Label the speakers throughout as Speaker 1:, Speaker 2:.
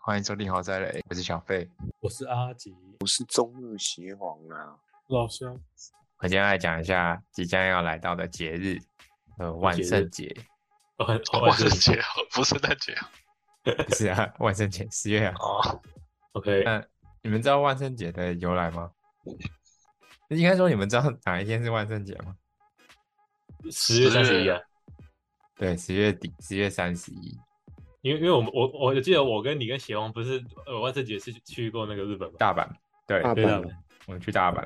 Speaker 1: 欢迎收听豪宅雷，我是小费。
Speaker 2: 我是阿吉，
Speaker 3: 是中日协皇啊，
Speaker 2: 老乡，
Speaker 1: 我今天来讲一下即将要来到的节日，呃，万
Speaker 2: 节日
Speaker 1: 圣节。
Speaker 2: 哦很哦
Speaker 4: 万圣节哦不是圣诞节啊
Speaker 1: 不是啊，万圣节十月啊。
Speaker 4: 哦，
Speaker 2: ，OK，
Speaker 1: 那你们知道万圣节的由来吗？应该说你们知道哪一天是万圣节吗？
Speaker 2: 十月三十
Speaker 4: 十
Speaker 2: 一
Speaker 4: 月
Speaker 2: 啊，
Speaker 1: 对，十月底，十月三十一。
Speaker 2: 因为因为我们我我我记得我跟你跟邪王不是呃万圣节是去过那个日本嘛，
Speaker 1: 大阪，对，
Speaker 3: 大
Speaker 2: 对
Speaker 3: 阪
Speaker 2: 的
Speaker 3: 啊
Speaker 1: 我们去大阪，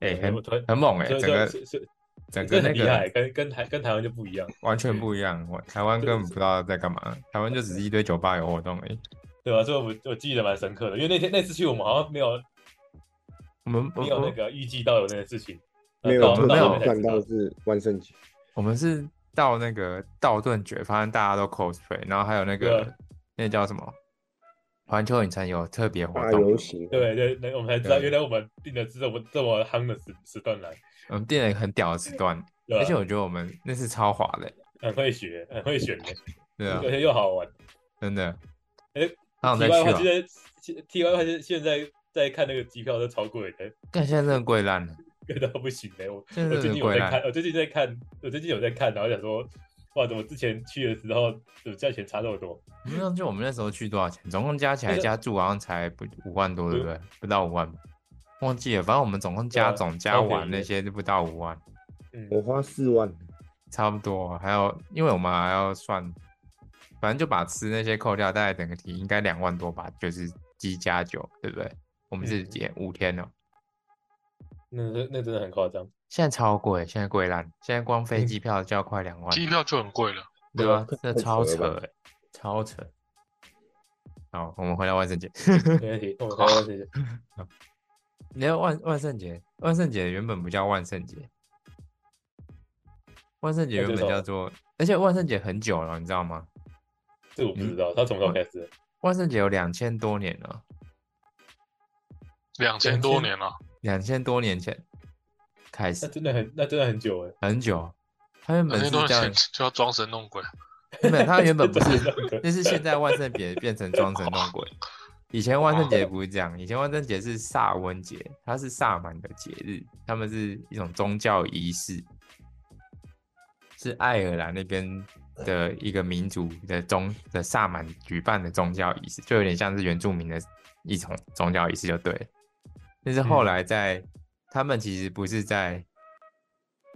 Speaker 1: 哎、
Speaker 2: 对啊我
Speaker 1: 很
Speaker 2: 突然
Speaker 1: 很猛哎、
Speaker 2: 所以
Speaker 1: 整个
Speaker 2: 所以所以
Speaker 1: 整
Speaker 2: 这
Speaker 1: 个
Speaker 2: 很
Speaker 1: 那
Speaker 2: 厉害，
Speaker 1: 个
Speaker 2: 跟跟台跟台湾就不一样，
Speaker 1: 完全不一样。我台湾
Speaker 2: 对
Speaker 1: 根本不知道在干嘛，台湾就只是一堆酒吧有活动而已。
Speaker 2: 对吧？所以我我记得蛮深刻的，因为那天那次去我们好像
Speaker 1: 嗯
Speaker 2: 没有
Speaker 1: 我们我
Speaker 2: 没有那
Speaker 1: 们
Speaker 2: 个预计到有那个事情，
Speaker 3: 没有
Speaker 2: 到
Speaker 1: 我们
Speaker 2: 到
Speaker 3: 特
Speaker 1: 没
Speaker 3: 别
Speaker 1: 有
Speaker 2: 后面才
Speaker 3: 看
Speaker 2: 知道
Speaker 3: 到是万圣节，
Speaker 1: 我们是到那个道顿崛，发现大家都 cosplay，然后还有那
Speaker 2: 对
Speaker 1: 个
Speaker 2: 啊
Speaker 1: 那叫什么环球影城有特别活
Speaker 3: 大游
Speaker 1: 动，
Speaker 3: 行，
Speaker 2: 哦对对，那我们才知道
Speaker 1: 对
Speaker 2: 原来我们定的是这么这么夯的时时段来，
Speaker 1: 我们定了一个很屌的时段，
Speaker 2: 对吧啊
Speaker 1: 而且我觉得我们那是超滑的、
Speaker 2: 很会学，很会选的，
Speaker 1: 对啊
Speaker 2: 而，且又好玩。
Speaker 1: 真的。
Speaker 2: 哎
Speaker 1: 那我
Speaker 2: 题
Speaker 1: 们
Speaker 2: 外
Speaker 1: 再
Speaker 2: 话，
Speaker 1: 去啊
Speaker 2: 现
Speaker 1: 吧。
Speaker 2: 在现题外话是现在在看那个机票都超贵的，
Speaker 1: 但现在真的贵烂了，
Speaker 2: 贵到不行嘞！我
Speaker 1: 真
Speaker 2: 我
Speaker 1: 的
Speaker 2: 最
Speaker 1: 真
Speaker 2: 近
Speaker 1: 的嗯
Speaker 2: 有
Speaker 1: 贵
Speaker 2: 在看
Speaker 1: 烂，。
Speaker 2: 我最近在看，我最近有在看，然后想说，哇，怎么之前去的时候怎么价钱差那么多？
Speaker 1: 我们就我们那时候去多少钱？总共加起来
Speaker 2: 就是
Speaker 1: 加住好像才不五万多，对不对？不到五万吧，忘记了。反正我们总共加
Speaker 2: 对啊
Speaker 1: 总加
Speaker 2: 超便宜
Speaker 1: 完
Speaker 2: 的
Speaker 1: 那些就不到五万，
Speaker 2: 嗯，
Speaker 3: 我花四万，
Speaker 1: 差不多。还有，因为我们还要算，反正就把吃那些扣掉，大概整个题应该两万多吧，就是鸡加酒，对不对？我们是
Speaker 2: 嗯
Speaker 1: 节五天哦，
Speaker 2: 那那真的很夸张。
Speaker 1: 现在超贵，现在贵烂，现在光飞
Speaker 2: 嗯
Speaker 1: 机票就要快两万，
Speaker 4: 机票就很贵了。
Speaker 1: 对吧？
Speaker 3: 对啊
Speaker 1: 这
Speaker 3: 太
Speaker 1: 超
Speaker 3: 扯
Speaker 1: 扯
Speaker 3: 了吧
Speaker 1: 欸，超扯。好，我们回到万圣节。
Speaker 2: 没问题，我们台湾谢谢。
Speaker 1: 你要万万圣节，万圣节原本不叫万圣节，万圣节
Speaker 2: 那
Speaker 1: 原
Speaker 2: 就
Speaker 1: 本
Speaker 2: 叫
Speaker 1: 叫做，而且万圣节很久了，你知道吗？
Speaker 2: 这我不知道，他从头开始的。
Speaker 1: 万圣节有两千多年了，
Speaker 4: 两千多年了，
Speaker 1: 两千多年前开
Speaker 2: 那
Speaker 1: 始，
Speaker 2: 真的很，那真的很久哎。
Speaker 1: 很久。它原本
Speaker 4: 呃两
Speaker 1: 是
Speaker 4: 千多
Speaker 1: 这样
Speaker 4: 年前，就要装神弄鬼，
Speaker 1: 原本它原本不
Speaker 2: 真
Speaker 1: 是
Speaker 2: 的很久
Speaker 1: 那是现在万圣节变成装神弄鬼。以前万圣节不是这样，以前万圣节是萨温节，它是萨满的节日，他们是一种宗教仪式，是爱尔兰那边的一个民族的宗的萨满举办的宗教仪式，就有点像是原住民的一种宗教仪式，就对了。但是后来在、他们其实不是在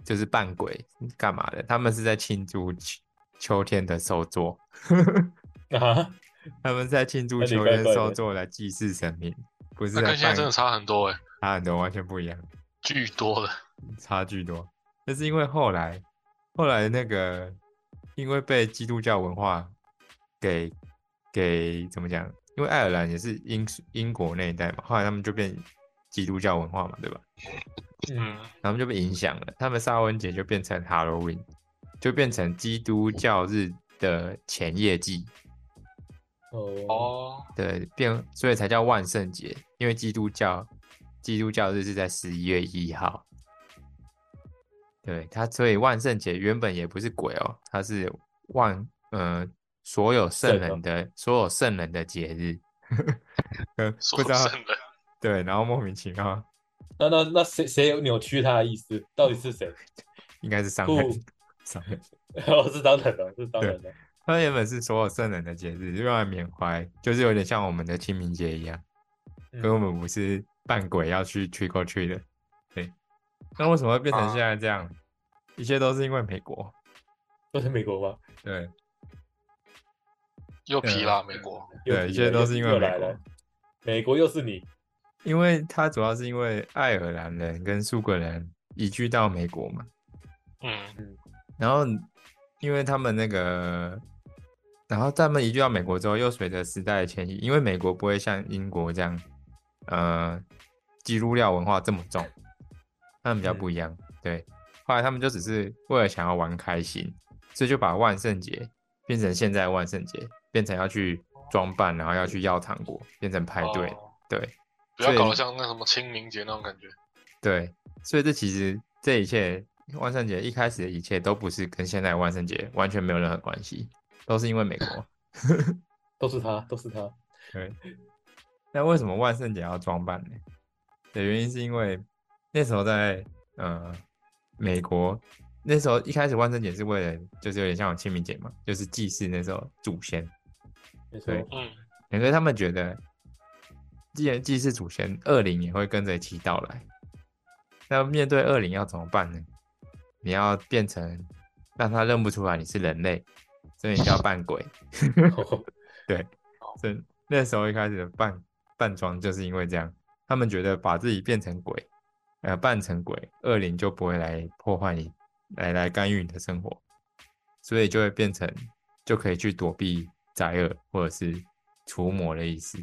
Speaker 1: 就是扮鬼干嘛的，他们是在庆祝秋秋天的受作。
Speaker 2: 啊，
Speaker 1: 他们在庆祝
Speaker 2: 那你
Speaker 1: 秋
Speaker 2: 怪
Speaker 1: 天
Speaker 2: 怪
Speaker 1: 受
Speaker 2: 的
Speaker 1: 作来祭祀神明，不是
Speaker 4: 那跟
Speaker 1: 在
Speaker 4: 现在真
Speaker 1: 办
Speaker 4: 的差很多哎，
Speaker 1: 差很多，完全不一样，
Speaker 4: 巨多了。
Speaker 1: 差距多。那是因为后来，后来那个因为被基督教文化给给怎么讲？因为爱尔兰也是英英国那一带嘛，后来他们就变基督教文化嘛，对吧？
Speaker 2: 嗯，
Speaker 4: 嗯，
Speaker 1: 然后他们就被影响了，他们沙文节就变成 Halloween，就变成基督教日的前夜祭。
Speaker 2: 哦，
Speaker 4: 哦，
Speaker 1: 对，变所以才叫万圣节，因为基督教基督教日是在十一月一号。对它，所以万圣节原本也不是鬼哦，它是万呃所有圣
Speaker 2: 圣哦
Speaker 1: 人的所有圣人的节日。 呃，
Speaker 4: 说
Speaker 1: 不知道
Speaker 4: 圣人
Speaker 1: 对，然后莫名其妙
Speaker 2: 那那那谁谁有扭曲他的意思？到底是谁？
Speaker 1: 应该是商人
Speaker 2: 不，
Speaker 1: 商人。
Speaker 2: 我哦是当然的，是当然的。
Speaker 1: 它原本是所有圣人的节日，用来缅怀，就是有点像我们的清明节一样。
Speaker 2: 嗯
Speaker 1: 跟我们不是扮鬼要去去过去的，对。那为什么会变成现在这样？一切都是因为美国，
Speaker 2: 都是美国吗？
Speaker 1: 对
Speaker 4: 又皮啦，美国。
Speaker 2: 又
Speaker 1: 对，啊
Speaker 2: 提
Speaker 1: 一切
Speaker 2: 了
Speaker 1: 都
Speaker 2: 又
Speaker 1: 是因
Speaker 2: 又
Speaker 1: 为美
Speaker 2: 来
Speaker 1: 国
Speaker 2: 了，，美国又是你，
Speaker 1: 因为它主要是因为爱尔兰人跟苏格兰移居到美国嘛，
Speaker 4: 嗯，
Speaker 1: 然后因为他们那个，然后他们移居到美国之后，又随着时代的迁移，因为美国不会像英国这样，呃，基督教文化这么重，他们比较
Speaker 2: 嗯
Speaker 1: 不一样。对，后来他们就只是为了想要玩开心，所以就把万圣节变成现在的万圣节，变成要去装扮，然后要去要糖果，变成排队。
Speaker 4: 哦
Speaker 1: 对
Speaker 4: 不要
Speaker 1: 所以
Speaker 4: 搞得像那什么清明节那种感觉。
Speaker 1: 对，所以这其实这一切万圣节一开始的一切都不是跟现在的万圣节完全没有任何关系，都是因为美国。
Speaker 2: 都是他，都是他。
Speaker 1: 对。那为什么万圣节要装扮呢？的原因是因为那时候在呃美国，那时候一开始万圣节是为了就是有点像我清明节嘛，就是祭祀那时候祖先，
Speaker 2: 没错，
Speaker 1: 对
Speaker 4: 嗯，
Speaker 1: 所以他们觉得既然祭祀祖先，恶灵也会跟着一起到来。那面对恶灵要怎么办呢？你要变成让他认不出来你是人类，所以你就要扮鬼。
Speaker 2: 哦
Speaker 1: 所以那时候一开始的扮扮装就是因为这样，他们觉得把自己变成鬼，呃，扮成鬼，恶灵就不会来破坏你，来来干预你的生活，所以就会变成就可以去躲避灾厄或者是除魔的意思。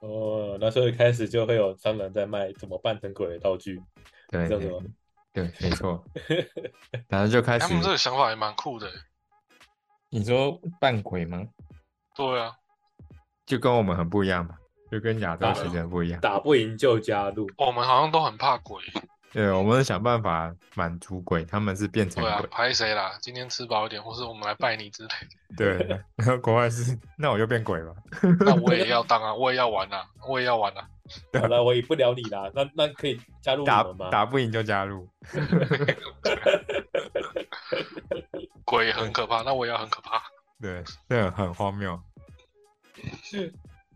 Speaker 2: 哦，那时候一开始就会有商人在卖怎么扮成鬼的道具，
Speaker 1: 对
Speaker 2: 你知道
Speaker 1: 对
Speaker 2: 吗
Speaker 1: 对，没 错。然后就开始
Speaker 4: 他，们这个想法也蛮酷的欸。
Speaker 1: 你说扮鬼吗？
Speaker 4: 对啊，
Speaker 1: 就跟我们很不一样嘛，就跟亚洲
Speaker 2: 当
Speaker 1: 其
Speaker 2: 然
Speaker 1: 实很不一样。
Speaker 2: 打不赢就加 入，
Speaker 4: 我们好像都很怕鬼。
Speaker 1: 对，我们想办法满足鬼，他们是变成
Speaker 4: 对啊
Speaker 1: 鬼，。
Speaker 4: 拍谁啦？今天吃饱一点，或是我们来拜你之类的。
Speaker 1: 对，然后国外是，那我就变鬼吧。
Speaker 4: 那我也要当啊，我也要玩啊，我也要玩啊。
Speaker 2: 好了，我赢不了你啦，那那可以加入
Speaker 1: 打
Speaker 2: 我们吗？
Speaker 1: 打不赢就加入，
Speaker 4: 鬼很可怕，那我也要很可怕。
Speaker 1: 对，这很荒 谬。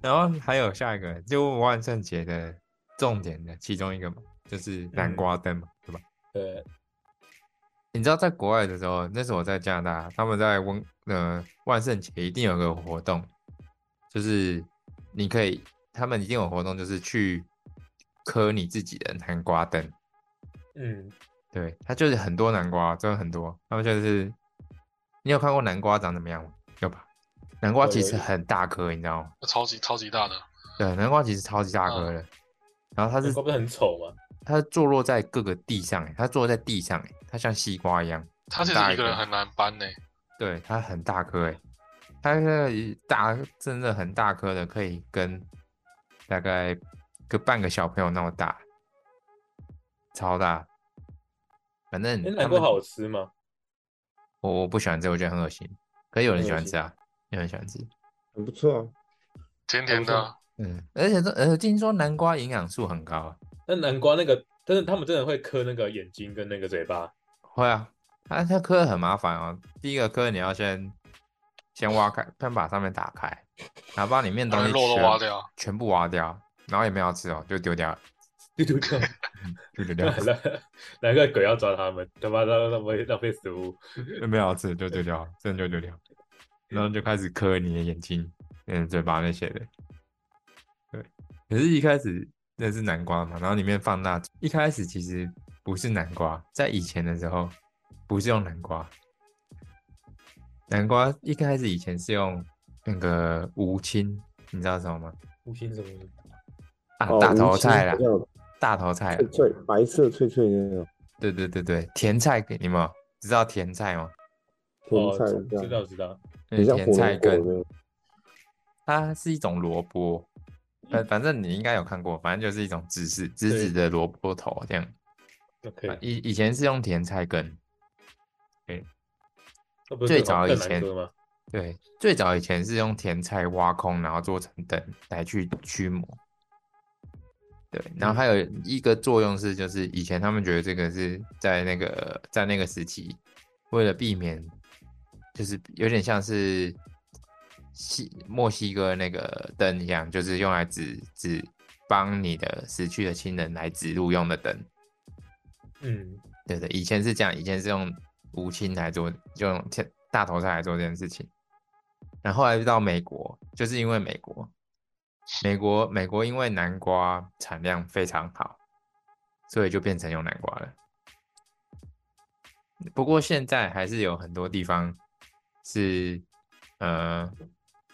Speaker 1: 然后还有下一个，就万圣节的重点的其中一个嘛，就是南瓜灯嘛，对吧？
Speaker 2: 对，
Speaker 1: 你知道在国外的时候，那时候我在加拿大，他们在温呃万圣节一定有个活动，就是你可以，他们一定有活动，就是去磕你自己的南瓜灯。
Speaker 2: 嗯，
Speaker 1: 对，它就是很多南瓜，真的很多。他们就是，你有看过南瓜长怎么样吗？有吧？南瓜
Speaker 2: 有
Speaker 1: 其
Speaker 2: 有
Speaker 1: 实
Speaker 2: 有
Speaker 1: 很大颗，你知道吗？
Speaker 4: 超级超级大的，
Speaker 1: 对，南瓜其实超级大颗的。然后它
Speaker 2: 那
Speaker 1: 是
Speaker 2: 嗯瓜不是很丑吗？
Speaker 1: 它是坐落在各个地上，欸它坐在地上，欸它像西瓜一样，
Speaker 4: 他其
Speaker 1: 很大
Speaker 4: 实一个人
Speaker 1: 颗
Speaker 4: 很难搬呢、
Speaker 1: 对，它很大颗诶，它那个一大真的很大颗的，可以跟大概个半个小朋友那么大，超大。反正
Speaker 2: 哎，
Speaker 1: 他
Speaker 2: 南瓜
Speaker 1: 们
Speaker 2: 好吃吗？
Speaker 1: 我我不喜欢吃，我觉得很恶心。可是有人喜欢吃啊，有人喜欢吃。
Speaker 3: 很不错啊。
Speaker 4: 甜甜的啊，
Speaker 1: 嗯，而且这呃，听说南瓜营养素很高啊。
Speaker 2: 那南瓜那个，但是他们真的会磕那个眼睛跟那个嘴巴，
Speaker 1: 会啊，它它磕很麻烦哦。第一个磕你要先先挖开，先把上面打开，然后把里面的
Speaker 4: 把
Speaker 1: 东西
Speaker 4: 那 肉都
Speaker 1: 全
Speaker 4: 挖掉，啊
Speaker 1: 全部挖掉，然后也没有吃哦，就丢掉了，
Speaker 2: 对对 对，
Speaker 1: 就丢掉了，
Speaker 2: 难难怪鬼要抓他们，他妈浪浪费浪费食物，
Speaker 1: 就没有吃就丢掉了，真的就丢掉了。
Speaker 3: 嗯
Speaker 1: 然后就开始磕你的眼睛、嗯嘴巴那些的。对，可是一开始那是南瓜嘛，然后里面放蜡烛。一开始其实不是南瓜，在以前的时候不是用南瓜，南瓜一开始以前是用那个无青，你知道什么吗？
Speaker 2: 无心什么的，
Speaker 1: 啊，
Speaker 3: 哦
Speaker 1: 大
Speaker 3: 无
Speaker 1: 头
Speaker 3: 青
Speaker 1: 菜
Speaker 3: 不
Speaker 1: 啦
Speaker 3: 知，道
Speaker 1: 大头菜啦
Speaker 3: 脆，脆白色脆脆的那种
Speaker 1: 对对对对，甜菜给你们有，知道甜菜吗？
Speaker 3: 甜菜，
Speaker 2: 哦，知
Speaker 3: 这样
Speaker 2: 道知道，
Speaker 3: 很像
Speaker 1: 甜
Speaker 3: 火
Speaker 1: 菜
Speaker 3: 龙
Speaker 1: 根，
Speaker 3: 果
Speaker 1: 它是一种萝卜，反反正你应该有看过，反正就是一种芝士，芝
Speaker 2: 对
Speaker 1: 士的萝卜头这样。啊
Speaker 2: OK，
Speaker 1: 以以前是用甜菜根，
Speaker 2: 那哦不是
Speaker 1: 最
Speaker 2: 更
Speaker 1: 早
Speaker 2: 好
Speaker 1: 以
Speaker 2: 更难
Speaker 1: 前
Speaker 2: 磕吗？
Speaker 1: 对，最早以前是用甜菜挖空，然后做成灯来去驱魔。对，然后还有一个作用是，就是以前他们觉得这个是在那个在那个时期，为了避免，就是有点像是西墨西哥那个灯一样，就是用来指指帮你的死去的亲人来指路用的灯。
Speaker 2: 嗯，
Speaker 1: 对对，以前是这样，以前是用无青来做，就用切大头菜来做这件事情。然后后来到美国，就是因为美国，美国美国因为南瓜产量非常好，所以就变成用南瓜了。不过现在还是有很多地方是，呃，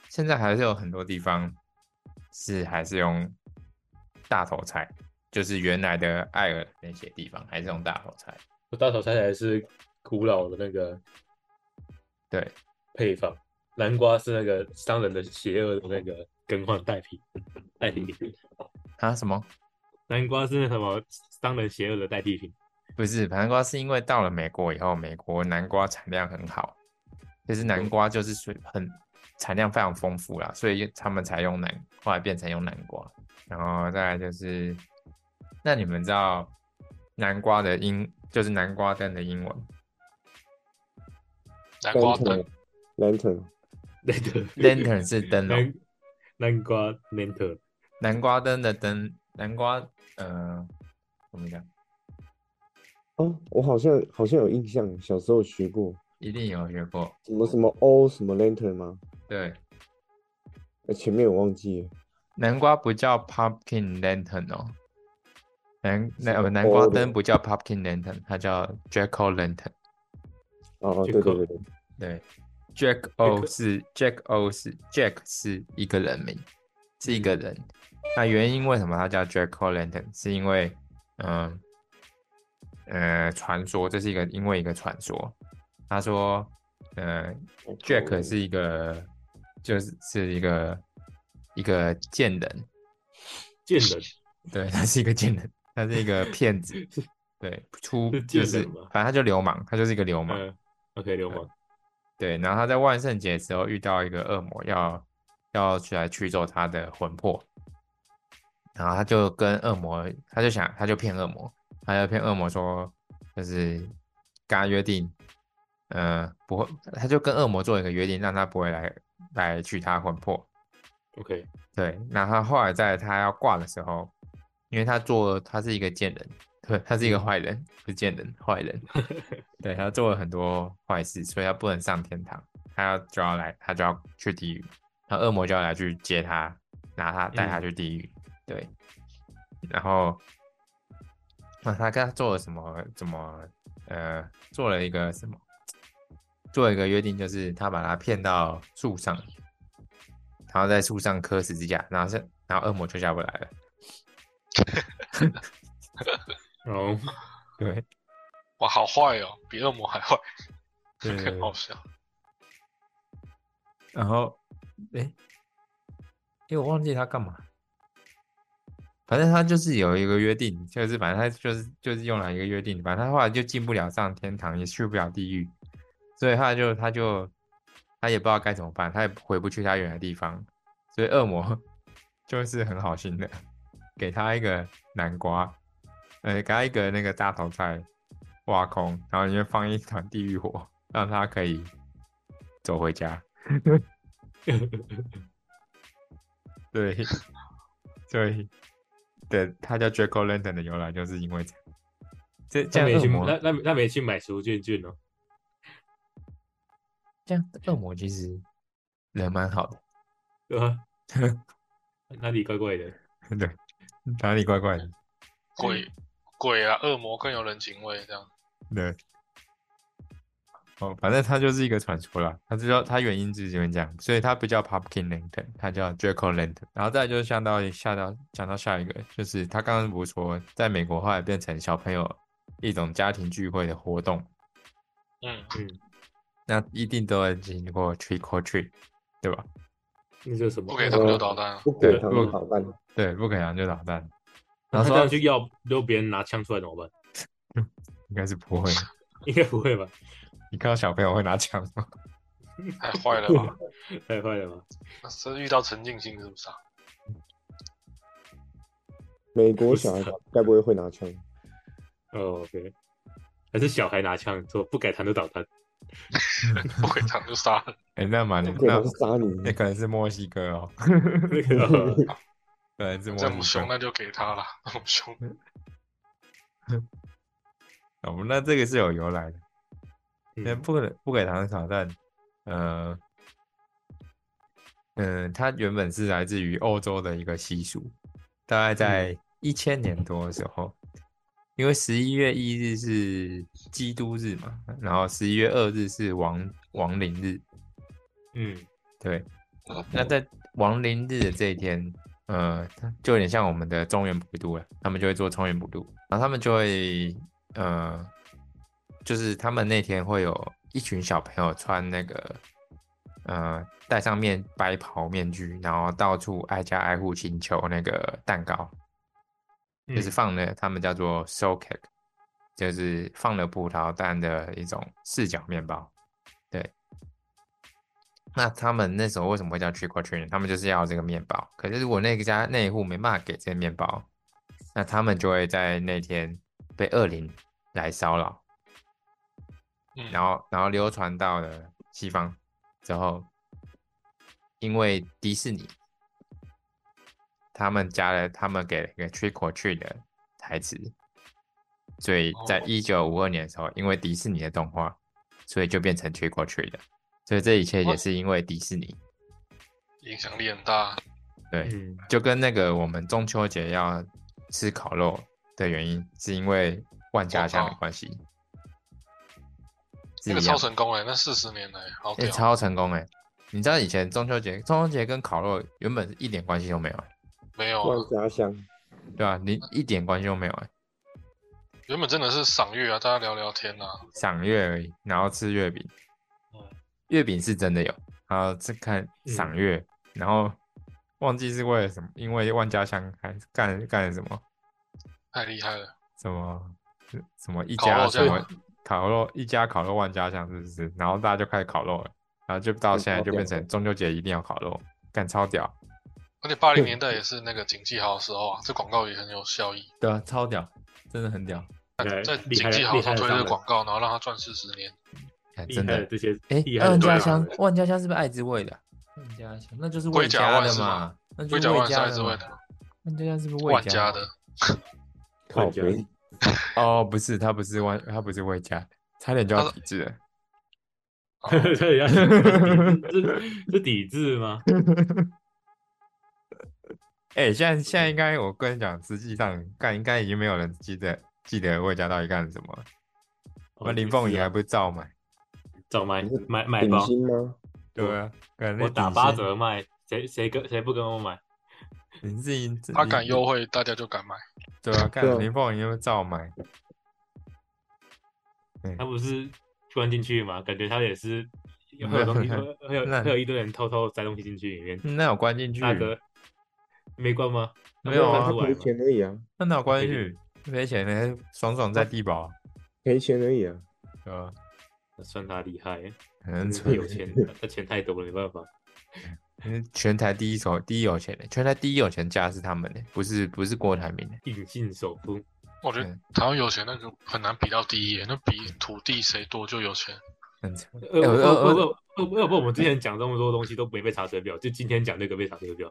Speaker 1: 现在还是有很多地方是还是用大头菜，就是原来的爱尔兰那些地方还是用大头菜。
Speaker 2: 大头菜才是古老的那个
Speaker 1: 对，
Speaker 2: 配方，南瓜是那个商人的邪恶的那个更换代替代替品，
Speaker 1: 啊什么？
Speaker 2: 南瓜是那什么商人邪恶的代替品。
Speaker 1: 不是，南瓜是因为到了美国以后，美国南瓜产量很好，就是南瓜就是水很产量非常丰富啦，所以他们才用南，后来变成用南瓜。然后再来就是，那你们知道南瓜的英就是南瓜灯的英文
Speaker 4: 南瓜灯
Speaker 3: lantern，lantern，
Speaker 5: 那个
Speaker 1: lantern 哦是灯笼
Speaker 5: 南，南瓜 mentor
Speaker 1: 南瓜灯的灯，南瓜呃怎么讲？
Speaker 3: 哦，我好像好像有印象，小时候学过
Speaker 1: 一定有学过，
Speaker 3: 什么什么 O 什么 lantern 吗？
Speaker 1: 对。
Speaker 3: 呃前面我忘记了，
Speaker 1: 南瓜不叫 pumpkin lantern 哦，南
Speaker 3: 是
Speaker 1: 南呃南
Speaker 3: 欧
Speaker 1: 瓜
Speaker 3: 的
Speaker 1: 灯不叫 pumpkin lantern，它叫 jack o' lantern。
Speaker 3: 哦，
Speaker 5: 这
Speaker 3: 对
Speaker 5: 个
Speaker 3: 对对对，
Speaker 1: 对，jack o 是 jack o 是 jack 是一个人名，是一个人。那原因为什么它叫 jack o' lantern？是因为嗯呃传说，这是一个因为一个传说，他说呃 Jack 是一个，就是是一个一个贱人，
Speaker 5: 贱人，
Speaker 1: 对，他是一个贱人，他是一个 骗子，对，出
Speaker 5: 是
Speaker 1: 就
Speaker 5: 贱
Speaker 1: 是
Speaker 5: 人吗
Speaker 1: 反正他就流氓，他就是一个流氓，
Speaker 5: 嗯，OK 流氓，
Speaker 1: 对。然后他在万圣节的时候遇到一个恶魔，要要去来驱走他的魂魄，然后他就跟恶魔，他就想，他就骗恶魔，他就骗恶魔说，就是跟他约定，呃，不会，他就跟恶魔做一个约定，让他不会来来取他魂魄，
Speaker 5: ，OK，
Speaker 1: 对，那他后来在他要挂的时候，因为他做他是一个贱人，对，他是一个坏人，不是贱人，坏人，对他做了很多坏事，所以他不能上天堂，他要就要来，他就要去地狱，那恶魔就要来去接他，拿他带他去地狱，对，然后那他跟他做了什么？怎么呃，做了一个什么？做了一个约定，就是他把他骗到树上，然后在树上磕十字架，然后是然后恶魔就下不来了。
Speaker 5: 然后
Speaker 1: 对
Speaker 4: 哇，好坏哦，比恶魔还坏，
Speaker 1: 对
Speaker 4: 好笑。
Speaker 1: 然后哎，诶因为我忘记他干嘛，反正他就是有一个约定，就是反正他就是就是用了一个约定，反正他后来就进不了上天堂，也去不了地狱，所以他就他就他也不知道该怎么办，他也回不去他原来的地方，所以恶魔 就是很好心的给他一个南瓜，呃，给他一个那个大头菜挖空，然后里面放一团地狱火，让他可以走回家。 对， 对，对，他叫 Jaco Lantern 的由来就是因为这样。这这
Speaker 5: 他
Speaker 1: 样
Speaker 5: 没
Speaker 1: 恶
Speaker 5: 去，
Speaker 1: 魔，
Speaker 5: 他他他没去买食物券券哦，
Speaker 1: 这样恶魔其实人蛮好的，
Speaker 5: 对 吧？哪里怪怪的？
Speaker 1: 对，哪里怪怪的，
Speaker 4: 鬼鬼啊，恶魔更有人情味，这样
Speaker 1: 对。哦，反正他就是一个传说啦，他知道他原因就是因为这样，所以他不叫 Pumpkin Lantern，他叫 Jaco Lantern。然后再来就是下到下到讲到下一个，就是他刚刚不是说，在美国后来变成小朋友一种家庭聚会的活动，
Speaker 4: 嗯，
Speaker 1: 那一定都会经历过 trick or treat，对吧？
Speaker 5: 那叫什么？
Speaker 4: 不给糖就捣蛋啊，
Speaker 3: 不给
Speaker 5: 对
Speaker 3: 糖
Speaker 1: 如
Speaker 3: 就
Speaker 1: 果
Speaker 3: 捣蛋，
Speaker 1: 对，不可能就捣蛋，
Speaker 5: 然后
Speaker 1: 然后
Speaker 5: 他这
Speaker 1: 说
Speaker 5: 样
Speaker 1: 到
Speaker 5: 去要，如果别人拿枪出来怎么办？
Speaker 1: 应该是不会的。
Speaker 5: 应该不会吧？
Speaker 1: 你看到小朋友会拿枪吗？
Speaker 4: 太坏了吧？
Speaker 5: 太坏了吧？
Speaker 4: 那是遇到陈静心是不是啊？
Speaker 3: 美国小孩该不会会拿枪？
Speaker 5: 哦，OK，还是小孩拿枪说不改弹就捣蛋，
Speaker 4: 不给糖就杀人，
Speaker 1: 哎、那蛮
Speaker 3: 不给
Speaker 1: 那
Speaker 3: 糖就杀你，
Speaker 1: 那可能是墨西哥哦，
Speaker 5: 那个、哦
Speaker 1: 可能是
Speaker 4: 这么
Speaker 1: 墨西
Speaker 4: 凶
Speaker 1: 哥。
Speaker 4: 那就给他啦，那么凶。
Speaker 1: 哦，那这个是有由来的。那
Speaker 5: 嗯
Speaker 1: 不给不给糖的挑战，呃，嗯、它原本是来自于欧洲的一个习俗，大概在一千年多的时候，因为十一月一日是基督日嘛，然后十一月二日是亡亡灵日，
Speaker 5: 嗯，
Speaker 1: 对，那在亡灵日的这一天，呃，它就有点像我们的中原普渡了，他们就会做中原普渡，然后他们就会，呃，就是他们那天会有一群小朋友穿那个，呃，戴上面白袍面具，然后到处挨家挨户请求那个蛋糕，就是
Speaker 5: 嗯
Speaker 1: 放了他们叫做 soul cake，就是放了葡萄蛋的一种四角面包，对。那他们那时候为什么会叫 trick or treat？他们就是要这个面包。可是如果那个家那一户没办法给这个面包，那他们就会在那天被恶灵来骚扰，
Speaker 4: 嗯，
Speaker 1: 然后然后流传到了西方之后，因为迪士尼他们加了他们给了一个 trick or treat 的台词，所以在
Speaker 4: 哦
Speaker 1: 一九五二年的时候，因为迪士尼的动画，所以就变成 trick or treat 了。所以这一切也
Speaker 4: 哇
Speaker 1: 是因为迪士尼，
Speaker 4: 影响力很大。
Speaker 1: 对，
Speaker 5: 嗯，
Speaker 1: 就跟那个我们中秋节要吃烤肉的原因，是因为万家香的关系，是
Speaker 4: 那个
Speaker 1: 一
Speaker 4: 超
Speaker 1: 样，
Speaker 4: 成功哎、那四十年哎、好
Speaker 1: 哎、
Speaker 4: 屌！
Speaker 1: 超成功哎、你知道以前中秋节，中秋节跟烤肉原本一点关系都没有欸、
Speaker 4: 没有
Speaker 3: 万
Speaker 4: 啊，
Speaker 3: 家香，
Speaker 1: 对吧、你一点关系都没有、欸，
Speaker 4: 原本真的是赏月啊，大家聊聊天啊。
Speaker 1: 赏月而已，然后吃月饼
Speaker 2: 嗯，
Speaker 1: 月饼是真的有，然后这看
Speaker 5: 嗯
Speaker 1: 赏月，然后忘记是为了什么，因为万家香还是干干了什么。
Speaker 4: 太厉害了！
Speaker 1: 什么什么一
Speaker 4: 烤
Speaker 1: 家
Speaker 4: 肉
Speaker 1: 什
Speaker 4: 这样
Speaker 1: 么烤肉一家烤肉万家香是不是？然后大家就开始烤肉了，然后就到
Speaker 3: 嗯
Speaker 1: 现在
Speaker 3: 超
Speaker 1: 就变
Speaker 3: 屌的
Speaker 1: 成中秋节一定要烤肉，干超屌，
Speaker 4: 而且八零年代也是那个经济好的时候啊，这广告也很有效益。
Speaker 1: 对啊，超屌，真的很屌，
Speaker 5: 哎
Speaker 4: 在
Speaker 5: 厉害
Speaker 4: 经
Speaker 5: 了
Speaker 4: 济好的时候推
Speaker 5: 厉害
Speaker 4: 这
Speaker 5: 了
Speaker 4: 个广告，然后让他赚四十年。
Speaker 1: 哎
Speaker 5: 厉害
Speaker 1: 真
Speaker 5: 的
Speaker 1: 的。
Speaker 5: 这些，
Speaker 1: 哎，
Speaker 5: 厉害的
Speaker 1: 万
Speaker 5: 对
Speaker 1: 家
Speaker 5: 啊
Speaker 1: 香，万家香是不是爱之味的？万家香那就是
Speaker 4: 龟
Speaker 1: 魏
Speaker 4: 甲
Speaker 1: 家
Speaker 4: 万
Speaker 1: 的
Speaker 4: 是
Speaker 1: 嘛，那就
Speaker 4: 龟
Speaker 1: 是
Speaker 4: 甲
Speaker 1: 魏
Speaker 4: 万是
Speaker 1: 家
Speaker 4: 爱
Speaker 1: 的
Speaker 4: 之味
Speaker 1: 嘛。
Speaker 4: 的，
Speaker 1: 万家香是不是魏
Speaker 4: 万家的？
Speaker 3: 靠
Speaker 5: 家
Speaker 3: 北
Speaker 1: 哦，不是，他不是万，他不是魏家的，差点就要体制了。
Speaker 5: 对 呀，
Speaker 4: 啊
Speaker 5: 啊 这是抵制吗？
Speaker 1: 哎、现在现在应该，我跟你讲，实际上干应该已经没有人记得记得魏家到底干了什么了。
Speaker 5: 哦
Speaker 1: 那林凤仪还不是照买？
Speaker 5: 啊找卖
Speaker 3: 不是
Speaker 5: 买买
Speaker 3: 顶
Speaker 5: 包，
Speaker 3: 薪吗？
Speaker 1: 对啊，感觉
Speaker 5: 我打八，折卖，谁谁跟谁不跟我
Speaker 1: 嗯
Speaker 5: 买？
Speaker 1: 林志颖
Speaker 4: 他敢优，惠，大家就敢买。
Speaker 1: 对啊，看
Speaker 3: 对啊
Speaker 1: 林凤营又照买，
Speaker 5: 他不是关进去吗？感觉他也是会有东西，会会有
Speaker 1: 那
Speaker 5: 会有一堆人偷偷塞东西进去里面。
Speaker 1: 嗯那有关进去，
Speaker 5: 大哥没关吗？
Speaker 1: 没有啊
Speaker 5: 他
Speaker 3: 他
Speaker 5: 不会
Speaker 3: 赔
Speaker 5: 翻出来
Speaker 3: 钱
Speaker 5: 吗
Speaker 3: 而已啊，
Speaker 1: 那哪有关进去？赔钱呢，爽爽在地保，
Speaker 3: 赔钱而已啊。
Speaker 1: 对吧？
Speaker 5: 算他厉害，
Speaker 1: 可能
Speaker 5: 真的有钱，他钱太多了，没办法。
Speaker 1: 因为全台第一手第一有钱的，全台第一有钱家是他们的，不是不是郭台铭的。
Speaker 5: 硬性首付，
Speaker 4: 我觉得
Speaker 1: 嗯
Speaker 4: 台湾有钱那个很难比到第一耶，那比土地谁多就有钱。
Speaker 1: 很扯
Speaker 5: 呃，
Speaker 1: 哎
Speaker 5: 不
Speaker 1: 我
Speaker 5: 不不
Speaker 1: 我
Speaker 5: 不不不，我们之前讲这么多东西都没被查水表，就今天讲这个被查水表。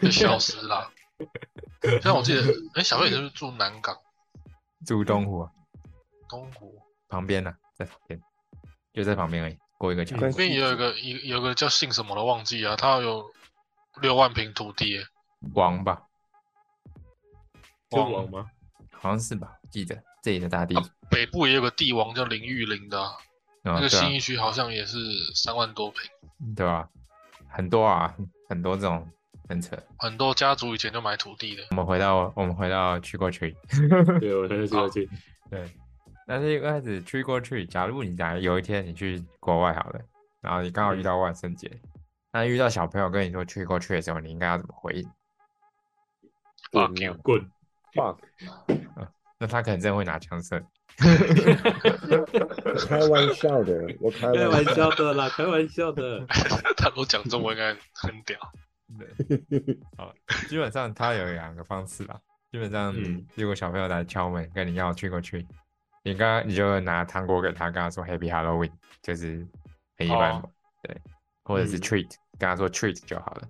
Speaker 4: 就消失 啦。像我记得，哎、小魏你是不是住南港
Speaker 1: 住东湖啊
Speaker 4: 东湖
Speaker 1: 旁边呢，在旁边，就在旁边而已，过一个桥。
Speaker 3: 但
Speaker 4: 那边也有一个一有一个叫姓什么的忘记啊，他有六万平土地耶，
Speaker 1: 王吧，
Speaker 5: 是王吗？
Speaker 1: 好像是吧，记得这里的大地主。
Speaker 4: 北部也有个帝王叫林玉玲的啊、
Speaker 1: 啊
Speaker 4: 那个
Speaker 1: 对啊
Speaker 4: 新义区好像也是三万多平，
Speaker 1: 对吧、很多啊，很多这种很扯。
Speaker 4: 很多家族以前就买土地的。
Speaker 1: 我们回到我们回到 trick or treat，
Speaker 5: 对，我才是说去，
Speaker 1: 对。但是一开始 trick or treat，假如你假如有一天你去国外好了，然后你刚好
Speaker 5: 嗯
Speaker 1: 遇到万圣节，那遇到小朋友跟你说 trick or treat 的时候，你应该要怎么回应？
Speaker 4: Fuck
Speaker 3: 顶啊
Speaker 5: 滚！
Speaker 3: fuck，
Speaker 1: 那他可能真的会拿枪射你。
Speaker 3: 我开玩笑的，我开
Speaker 5: 开
Speaker 3: 玩
Speaker 5: 玩
Speaker 3: 笑。
Speaker 5: 笑 的啦，开玩笑的。
Speaker 4: 他都讲中文，应该很屌。
Speaker 1: 对， 好，基本上他有两个方式啦。基本上
Speaker 5: 嗯，
Speaker 1: 如果小朋友来敲门跟你要 trick or treat，你刚刚你就拿糖果给他，跟他说 Happy Halloween，就是很一般嘛，对，或者是
Speaker 5: 哦嗯
Speaker 1: treat，、跟他说 treat 就好了，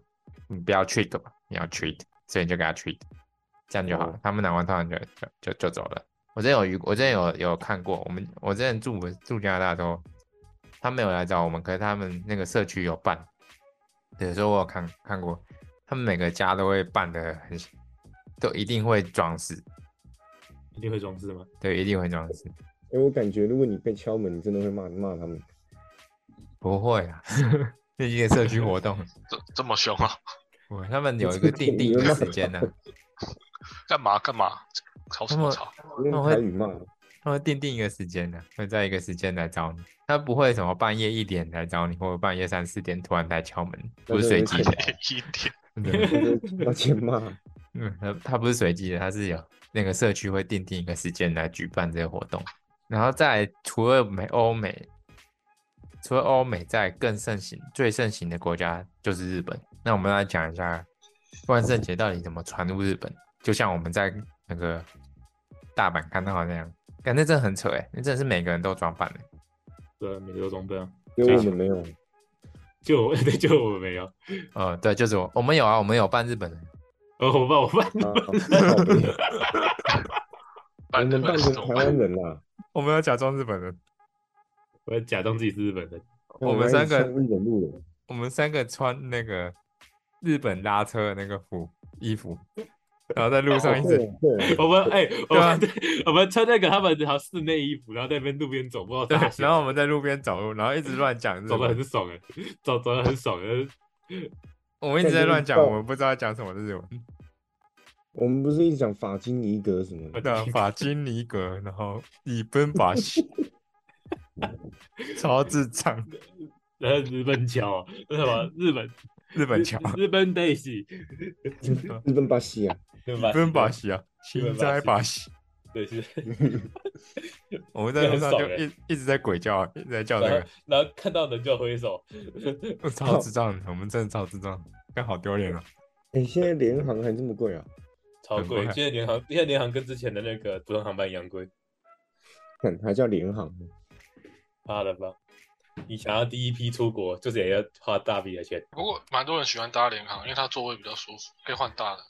Speaker 1: 你不要 trick 吧，你要 treat，所以你就给他 treat，这样就好了。
Speaker 5: 哦
Speaker 1: 他们拿完套就就就就走了。我之前有遇，我之前有有看过，我们我之前住住加拿大的时候，他没有来找我们，可是他们那个社区有办，对，所以我有看看过，他们每个家都会办的很，都一定会装饰，
Speaker 5: 一定会装饰吗？
Speaker 1: 对，一定会装饰，
Speaker 3: 哎，我感觉如果你被敲门，你真的会骂骂他们。
Speaker 1: 不会啊， 这是一个社区活动，
Speaker 4: 这这么凶啊？
Speaker 1: 我他们有一个定定的时间呢、啊
Speaker 4: 干嘛干嘛？吵什么
Speaker 1: 哦
Speaker 4: 吵？
Speaker 3: 用台语骂，
Speaker 1: 他们定定一个时间呢、会在一个时间来找你，他不会什么半夜一点来找你，或者半夜三四点突然来敲门，不是随机的，
Speaker 4: 一点
Speaker 1: 对
Speaker 3: 要先骂。
Speaker 1: 嗯，它它不是随机的，它是有那个社区会定定一个时间来举办这个活动，然后再来除了美欧美除了欧美在更盛行、最盛行的国家就是日本。那我们来讲一下万圣节到底怎么传入日本，就像我们在那个大阪看到的那样，感觉真的很扯哎、那真的是每个人都装扮的、
Speaker 5: 对，每个都装备啊，
Speaker 3: 因为我们没有，
Speaker 5: 就我 对，就我没有，
Speaker 1: 呃，对，就是我，我们有啊，我们有扮日本人，
Speaker 5: 哦，我办我办，
Speaker 3: 啊，好的我
Speaker 4: 办
Speaker 3: 们扮
Speaker 4: 日本人
Speaker 3: 成
Speaker 4: 怎
Speaker 3: 台
Speaker 4: 么办？
Speaker 3: 湾人啦，
Speaker 1: 我们要假装日本人，
Speaker 5: 我要假装自己是日本人，
Speaker 1: 我们三个
Speaker 3: 像日本路人，
Speaker 1: 我们三个穿那个日本拉车的那个服衣服，然后在路上一直
Speaker 3: 对哦对，
Speaker 5: 我们哎、我
Speaker 1: 对啊
Speaker 5: 们 我们穿那个他们好像室内衣服，然后在那边路边走，不知道
Speaker 1: 对
Speaker 5: 干嘛，
Speaker 1: 然后我们在路边走路，然后一 直乱讲日
Speaker 5: 走的很
Speaker 1: 文，
Speaker 5: 爽哎，走走的很爽哎，
Speaker 1: 我们一直在乱讲，
Speaker 3: 感觉
Speaker 1: 我们不知道讲什么日文。
Speaker 3: 我们不是一直讲法金尼格什么的，
Speaker 1: 对啊，法金尼格，然后以奔法西， 超智障，
Speaker 5: 然后日本桥，那什么日本
Speaker 1: 日本 桥，
Speaker 5: 日本 daisy，
Speaker 3: 日本巴西啊，
Speaker 2: 对
Speaker 1: 以
Speaker 2: 吧？
Speaker 1: 奔法西啊，新斋法西。
Speaker 2: 对是，
Speaker 1: 我们在路上就
Speaker 2: 这很爽欸
Speaker 1: 一一直在鬼叫，啊一直在叫
Speaker 2: 然
Speaker 1: 那
Speaker 2: 后然后看到人就挥手，
Speaker 1: 个， 超智障的，我们真的超智障，刚好丢脸了。哦
Speaker 3: 哎，现在联航还这么贵啊，
Speaker 2: 超贵。现在联航现在联航跟之前的那个普通航班一样贵，
Speaker 3: 看还叫联航，
Speaker 2: 怕了吧？你想要第一批出国，就是也要花大笔的钱。
Speaker 4: 不过蛮多人喜欢搭联航，因为它座位比较舒服，可以换大的。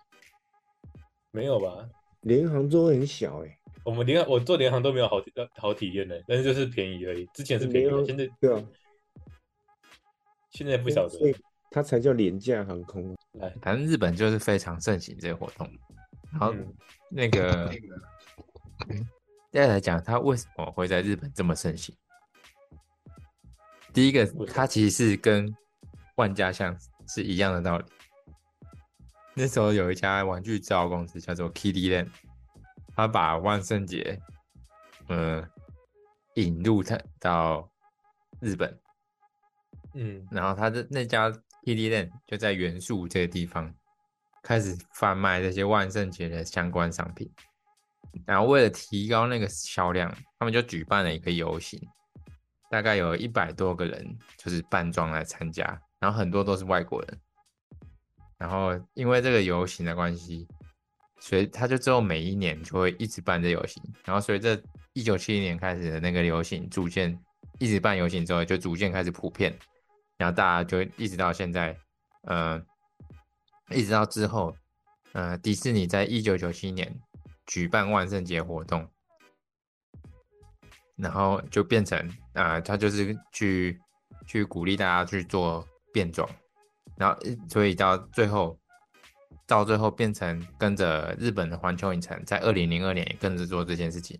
Speaker 2: 没有吧？
Speaker 3: 联航座位很小哎，
Speaker 2: 我们联我做联航都没有好体好体验的，但是就是便宜而已。之前是便宜
Speaker 3: 联
Speaker 2: 的，
Speaker 3: 航
Speaker 2: 现在
Speaker 3: 对啊，
Speaker 2: 现在不晓得
Speaker 3: 所。以它才叫廉价航空啊，
Speaker 2: 来，
Speaker 1: 反正日本就是非常盛行这个活动，然后
Speaker 2: 嗯
Speaker 1: 那个再来讲它为什么会在日本这么盛行。第一个
Speaker 2: 为什，么
Speaker 1: 它其实是跟万家香是一样的道理。那时候有一家玩具制造公司叫做 Kitty Land，它把万圣节，嗯、引入它到日本，
Speaker 2: 嗯，
Speaker 1: 然后他的那家 PD Land 就在元素这个地方开始贩卖这些万圣节的相关商品。然后为了提高那个销量，他们就举办了一个游行，大概有一百多个人就是扮装来参加，然后很多都是外国人。然后因为这个游行的关系，所以他就之后每一年就会一直办这游行。然后随着一九七零年开始的那个游行逐渐一直办游行之后，就逐渐开始普遍，然后大家就一直到现在，呃，一直到之后，呃，迪士尼在一九九七年举办万圣节活动，然后就变成啊、呃，他就是去去鼓励大家去做变装，然后呃所以到最后，到最后变成跟着日本的环球影城在二零零二年也跟着做这件事情，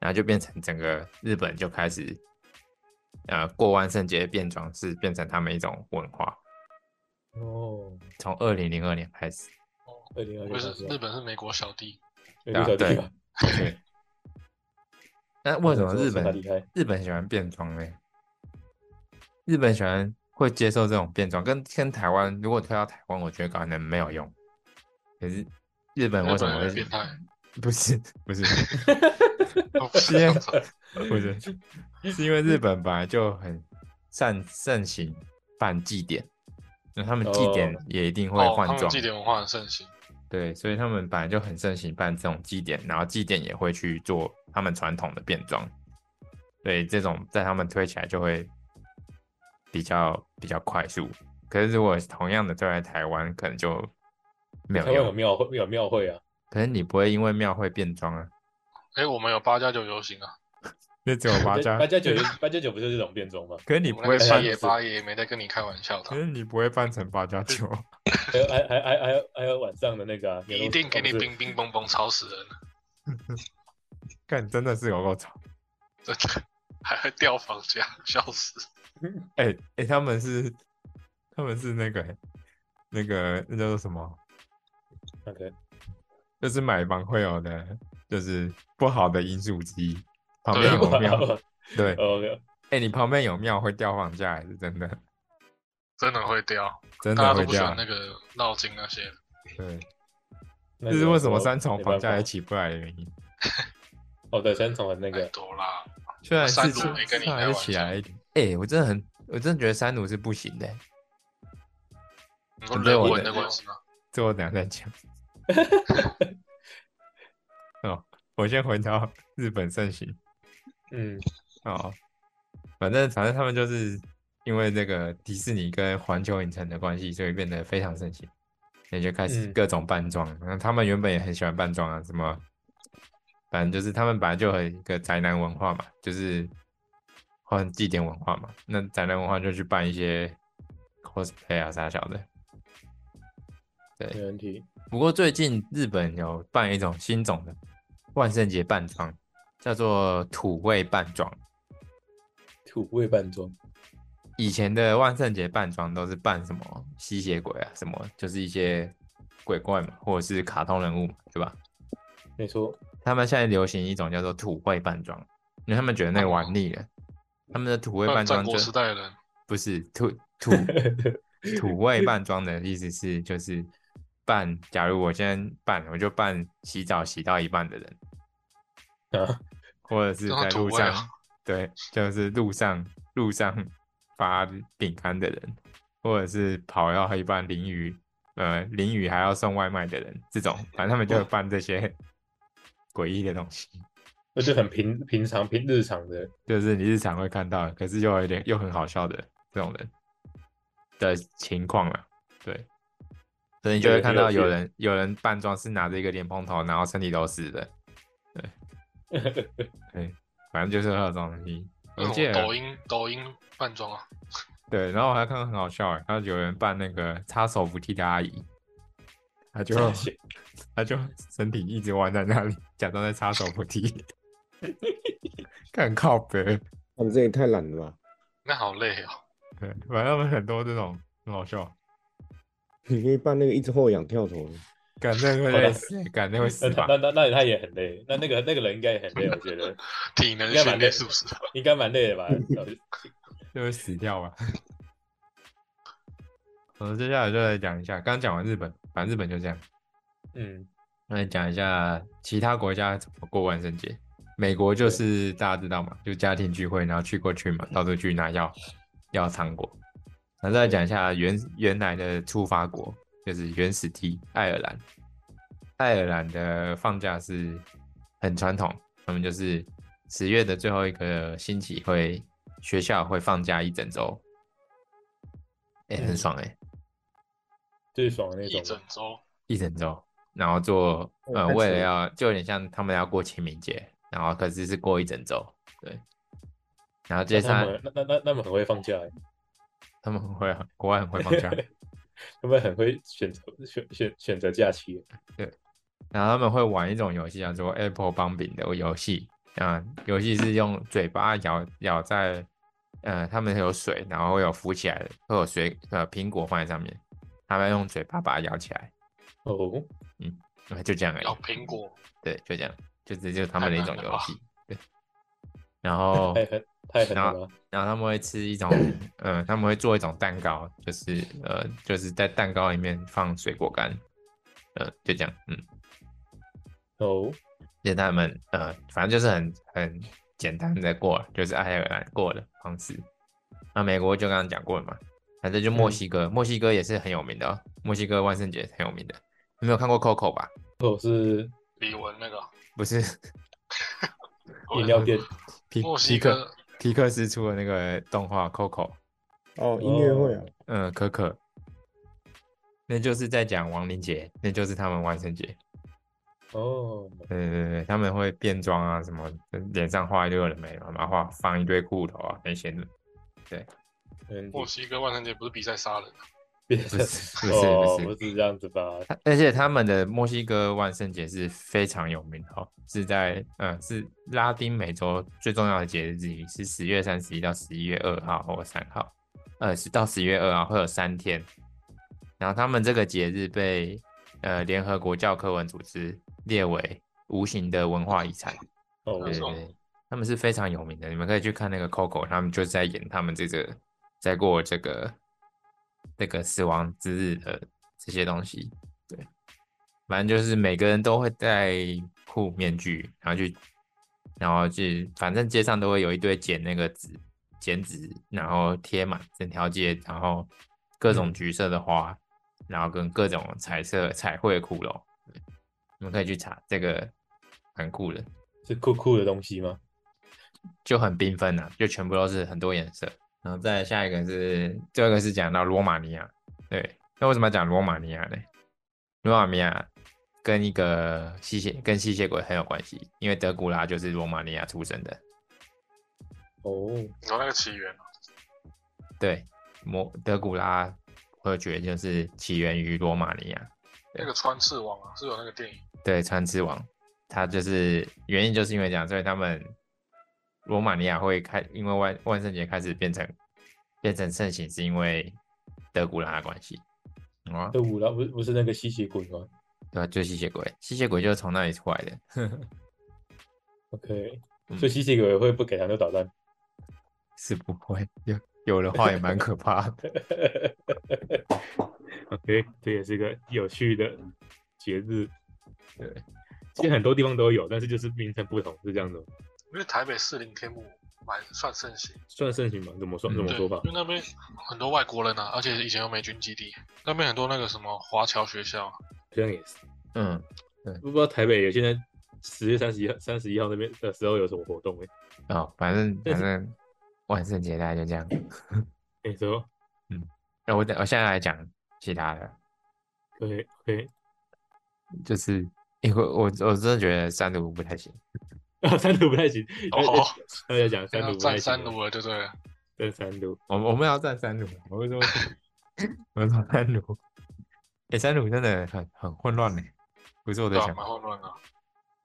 Speaker 1: 然后就变成整个日本就开始，呃，过万圣节变装是变成他们一种文化，
Speaker 2: 哦，
Speaker 1: 从二零零二年开始，
Speaker 2: 二零二
Speaker 4: 不是日
Speaker 2: 零，
Speaker 4: 本是美国小 弟，
Speaker 2: 美国小弟吧？
Speaker 1: 对。那为什么日
Speaker 2: 他
Speaker 1: 本
Speaker 2: 厉害？
Speaker 1: 日本喜欢变装呢？日本喜欢会接受这种变装，跟跟台湾如果推到台湾，我觉得可能没有用。可是日本为
Speaker 4: 日
Speaker 1: 什
Speaker 4: 本
Speaker 1: 么
Speaker 4: 人变
Speaker 1: 会？
Speaker 4: 态。
Speaker 1: 不是不 是
Speaker 4: 哦不
Speaker 1: 因
Speaker 4: 是
Speaker 1: 为
Speaker 4: 这样子
Speaker 1: 不是，是因为日本本来就很善盛行办祭典，那他们祭典
Speaker 2: 哦
Speaker 1: 也一定会
Speaker 4: 哦，
Speaker 1: 换
Speaker 4: 他们
Speaker 1: 装，
Speaker 4: 祭典文化很盛行，
Speaker 1: 对，所以他们本来就很盛行办这种祭典，然后祭典也会去做他们传统的变装，所以这种在他们推起来就会比较比较快速。可是如果同样的推来台湾，可能就没有
Speaker 2: 台湾有
Speaker 1: 用。
Speaker 2: 庙会，有庙会啊。
Speaker 1: 可是你不会因为庙会变装啊，
Speaker 4: 哎、我们有八加九游行啊，
Speaker 1: 那只有八家，
Speaker 2: 八加九，八加九不就是这种变装吗？
Speaker 1: 可是你不
Speaker 4: 我那
Speaker 1: 会
Speaker 4: 个小
Speaker 1: 扮
Speaker 4: 野
Speaker 1: 成，
Speaker 4: 八也没在跟你开玩笑的
Speaker 1: 可
Speaker 4: 啊，
Speaker 1: 是你不会扮成八加九。
Speaker 2: 还有还还还还有还有晚上的那个啊，
Speaker 4: 一定给你
Speaker 2: 冰。
Speaker 4: 冰冰崩崩吵死人了，
Speaker 1: 干真的是有够吵。
Speaker 4: 真的还会掉房价，笑死！
Speaker 1: 哎、哎、他们是他们是那个、那个那叫做什么？
Speaker 2: OK，
Speaker 1: 就是买房会有的，就是不好的因素之一。旁
Speaker 4: 对
Speaker 1: 边有
Speaker 4: 啊
Speaker 1: 庙， 对，哎、
Speaker 2: OK，
Speaker 1: 你旁边有庙会掉房价，是真的，
Speaker 4: 真的会掉，
Speaker 1: 真
Speaker 4: 大家
Speaker 1: 的
Speaker 4: 都
Speaker 1: 会
Speaker 4: 不喜
Speaker 1: 掉
Speaker 4: 欢。那个绕境那些，
Speaker 1: 对，
Speaker 2: 那
Speaker 1: 这
Speaker 2: 你
Speaker 1: 是为什么
Speaker 2: 说
Speaker 1: 三重
Speaker 2: 没
Speaker 1: 房
Speaker 2: 办
Speaker 1: 价
Speaker 2: 法
Speaker 1: 也起不来的原因。
Speaker 2: 哦，对，三重的那
Speaker 4: 太
Speaker 2: 个
Speaker 4: 哎多啦。
Speaker 1: 虽然
Speaker 4: 三
Speaker 1: 是
Speaker 4: 重没跟你
Speaker 1: 上
Speaker 4: 开
Speaker 1: 来
Speaker 4: 玩
Speaker 1: 起
Speaker 4: 笑
Speaker 1: 来一点，哎、我真的很，我真的觉得三奴是不行的、
Speaker 4: 你说人文的关系吗？
Speaker 1: 这我等一下再 讲。哦，我先回到日本盛行
Speaker 2: 嗯，
Speaker 1: 哦，反正反正他们就是因为这个迪士尼跟环球影城的关系，所以变得非常盛行，也就开始
Speaker 2: 嗯
Speaker 1: 各种扮装。那、他们原本也很喜欢扮装啊，什么，反正就是他们本来就有一个宅男文化嘛，就是换祭典文化嘛。那宅男文化就去办一些 cosplay 啊啥小的。
Speaker 2: 没问题。
Speaker 1: 不过最近日本有办一种新种的万圣节扮装，叫做土味扮装。
Speaker 2: 土味扮装，
Speaker 1: 以前的万圣节扮装都是扮什么吸血鬼啊，什么就是一些鬼怪嘛，或者是卡通人物嘛，对吧？
Speaker 2: 没错，
Speaker 1: 他们现在流行一种叫做土味扮装，因为他们觉得那个玩腻了。他们的土味
Speaker 4: 那
Speaker 1: 扮装
Speaker 4: 战
Speaker 1: 就
Speaker 4: 国时代的人，
Speaker 1: 不是土土土味扮装的意思是就是扮，假如我现在扮，我就扮洗澡洗到一半的人，
Speaker 2: 啊，
Speaker 1: 或者是
Speaker 4: 这种
Speaker 1: 在
Speaker 4: 土
Speaker 1: 路
Speaker 4: 味
Speaker 1: 上，
Speaker 4: 啊
Speaker 1: 对，就是路上路上 发饼干的人，或者是跑到一半淋雨，呃，淋雨还要送外卖的人，这种，反正他们
Speaker 4: 哦
Speaker 1: 就会办这些 诡异的东西，
Speaker 2: 那就很平平常平日常 的，
Speaker 1: 就是你日常会看到，可是又有点又很好笑的这种人的情况了，对。所以你就会
Speaker 2: 对
Speaker 1: 看
Speaker 2: 很
Speaker 1: 到
Speaker 2: 有
Speaker 1: 有
Speaker 2: 趣
Speaker 1: 人有人扮装是拿着一个莲蓬头，然后身体都是的，反正就是会有这种东西。我
Speaker 4: 那
Speaker 1: 记
Speaker 4: 种
Speaker 1: 得
Speaker 4: 抖音抖音扮装啊，
Speaker 1: 对，然后我还看到很好笑哎，他有人扮那个擦手扶梯的阿姨，他就他就身体一直弯在那里，假装在擦手扶梯， 看靠北。
Speaker 3: 他们这也太懒了吧？
Speaker 4: 那好累哦。
Speaker 1: 对，反正他们很多这种很好笑，
Speaker 3: 你可以办那个一只后仰跳投的，
Speaker 1: 感那会
Speaker 2: 好
Speaker 1: 累
Speaker 2: 的
Speaker 1: 死，感那会死
Speaker 2: 那
Speaker 1: 吧
Speaker 2: 他？那那那他也很累，那那个那个人应该也很累，我觉得
Speaker 4: 体能
Speaker 2: 应该蛮
Speaker 4: 训
Speaker 2: 累
Speaker 4: 练是不是？
Speaker 2: 应该蛮累 的吧？
Speaker 1: 就会死掉吧。 我们接下来就来讲一下，刚讲完日本，反正日本就这样。
Speaker 2: 嗯，
Speaker 1: 那讲一下其他国家怎么过万圣节。美国就是大家知道嘛，就家庭聚会，然后去过去嘛，到处去拿药药糖果。然后再讲一下原原来的出发国，就是原始地爱尔兰。爱尔兰的放假是很传统，他们就是十月的最后一个星期会学校会放假一整周，哎、很
Speaker 2: 嗯
Speaker 1: 爽哎、
Speaker 2: 最爽的那
Speaker 4: 一整
Speaker 2: 种，
Speaker 4: 周，
Speaker 1: 一整周，然后做
Speaker 2: 哦
Speaker 1: 呃，
Speaker 2: 看
Speaker 1: 为
Speaker 2: 起
Speaker 1: 了
Speaker 2: 来
Speaker 1: 要就有点像他们要过清明节，然后可是是过一整周，对。然后接
Speaker 2: 那
Speaker 1: 下
Speaker 2: 他
Speaker 1: 来
Speaker 2: 们那那那那们很会放假欸，
Speaker 1: 他们很会啊，国外很会放假，
Speaker 2: 他们很会选择选选选择假期，啊
Speaker 1: 然后他们会玩一种游戏叫做 Apple 棒饼的游戏啊，游戏是用嘴巴咬咬在呃，他们有水，然后会有浮起来的，会有水呃苹果放在上面，他们用嘴巴把它咬起来，
Speaker 2: 哦，
Speaker 1: 呃就这样而已
Speaker 4: 咬。苹果，
Speaker 1: 对，就这样，就这就是他们
Speaker 4: 哦
Speaker 1: 的
Speaker 4: 太
Speaker 1: 一
Speaker 4: 难
Speaker 1: 种
Speaker 4: 了
Speaker 1: 游
Speaker 4: 吧
Speaker 1: 戏。对，然后
Speaker 2: 太狠太狠了吧？
Speaker 1: 然后他们会吃一种，呃，他们会做一种蛋糕，就是呃，就是在蛋糕里面放水果干，呃，就这样，嗯，
Speaker 2: 哦，
Speaker 1: 就他们呃，反正就是很很简单的过，就是爱尔兰过的方式。那美国就刚刚讲过了嘛，反正就墨西哥，墨西哥也是很有名的、哦，墨西哥万圣节很有名的。你没有看过 Coco 吧？
Speaker 6: 哦
Speaker 2: 我是
Speaker 4: 李玟那个
Speaker 1: 不是
Speaker 2: 饮料店，
Speaker 1: 皮
Speaker 4: 墨
Speaker 1: 皮
Speaker 4: 西
Speaker 1: 克
Speaker 4: 哥
Speaker 1: 皮克斯出的那个动画 Coco，
Speaker 3: 哦，音乐会啊，
Speaker 1: 嗯，可可，那就是在讲亡灵节，那就是他们万圣节。
Speaker 2: 哦，
Speaker 1: 对对对对，他们会变装啊，什么脸上画一堆人眉毛，然后画放一堆裤头啊那些的，
Speaker 2: 没问题
Speaker 4: 墨西哥万圣节不是比赛杀人啊，
Speaker 2: 别
Speaker 1: 不是不是
Speaker 2: 哦，
Speaker 1: 不
Speaker 2: 不
Speaker 1: 是，
Speaker 2: 是这样子吧？
Speaker 1: 他而且他们的墨西哥万圣节是非常有名的哦，是在嗯是拉丁美洲最重要的节日之一，是十月三十一到十一月二号或三号，呃是到十月二号会有三天，然后他们这个节日被呃联合国教科文组织列为无形的文化遗产。
Speaker 2: 哦，
Speaker 1: 对
Speaker 4: 那种
Speaker 1: 对，他们是非常有名的，你们可以去看那个 Coco，他们就是在演他们这个在过这个那个死亡之日的这些东西。对，反正就是每个人都会戴护面具，然后去，然后去，反正街上都会有一堆剪那个纸剪纸，然后贴满整条街，然后各种橘色的花，然后跟各种彩色彩绘的骷髅，对你们可以去查，这个蛮酷的，
Speaker 6: 是酷酷的东西吗？
Speaker 1: 就很缤纷啊，就全部都是很多颜色。然后再下一个是，第二个是讲到罗马尼亚，对，那为什么要讲罗马尼亚呢？罗马尼亚跟一个吸血跟吸血鬼很有关系，因为德古拉就是罗马尼亚出生的，
Speaker 6: 哦，
Speaker 4: 你说那个起源啊
Speaker 1: 对，摩德古拉伯爵就是起源于罗马尼亚，对
Speaker 4: 那个穿刺王啊，是有那个电影，
Speaker 1: 对，穿刺王，他就是原因就是因为这样，所以他们罗马尼亚会开，因为万万圣节开始变成变成盛行，是因为德古拉的关系，哦，
Speaker 6: 这五郎不是不是那个吸血鬼吗
Speaker 1: 对吧？就是吸血鬼，吸血鬼就是从那里出来的。
Speaker 6: ？OK，
Speaker 1: 嗯
Speaker 6: 所以吸血鬼会不给糖就捣蛋。
Speaker 1: 是不会有有的话也蛮可怕的。
Speaker 2: OK，这也是一个有趣的节日。
Speaker 1: 对，
Speaker 2: 其实很多地方都有，但是就是名称不同，是这样的，
Speaker 4: 因为台北士林天幕蛮算盛行，
Speaker 2: 算盛行吧？怎么说？
Speaker 1: 嗯
Speaker 2: 怎么
Speaker 4: 对，
Speaker 2: 说吧
Speaker 4: 因为？那边很多外国人啊，而且以前有美军基地，那边很多那个什么华侨学校，啊
Speaker 2: 好像也是，
Speaker 1: 嗯，
Speaker 2: 不知道台北有现在十月三十一号、三十一号那边的时候有什么活动、欸？
Speaker 1: 哦，反正
Speaker 2: 但
Speaker 1: 反
Speaker 2: 是
Speaker 1: 正万圣节大概就这样。
Speaker 2: 哎、你说
Speaker 1: 那我等我现在来讲其他的，
Speaker 2: OK OK，
Speaker 1: 就是因为我我真的觉得三毒不太行。
Speaker 2: 啊， 三度不太行。
Speaker 4: 哦，
Speaker 2: 大家讲三
Speaker 4: 要
Speaker 2: 度不太
Speaker 4: 占
Speaker 2: 行，
Speaker 4: 三炉了，对不对？
Speaker 2: 占三度。
Speaker 1: 我们我们要站三炉，我是说，我是说三炉。哎、三炉真的很很混乱呢，不是我的
Speaker 4: 对啊，
Speaker 1: 想
Speaker 4: 蛮
Speaker 1: 法，
Speaker 4: 混乱的。
Speaker 2: 嗯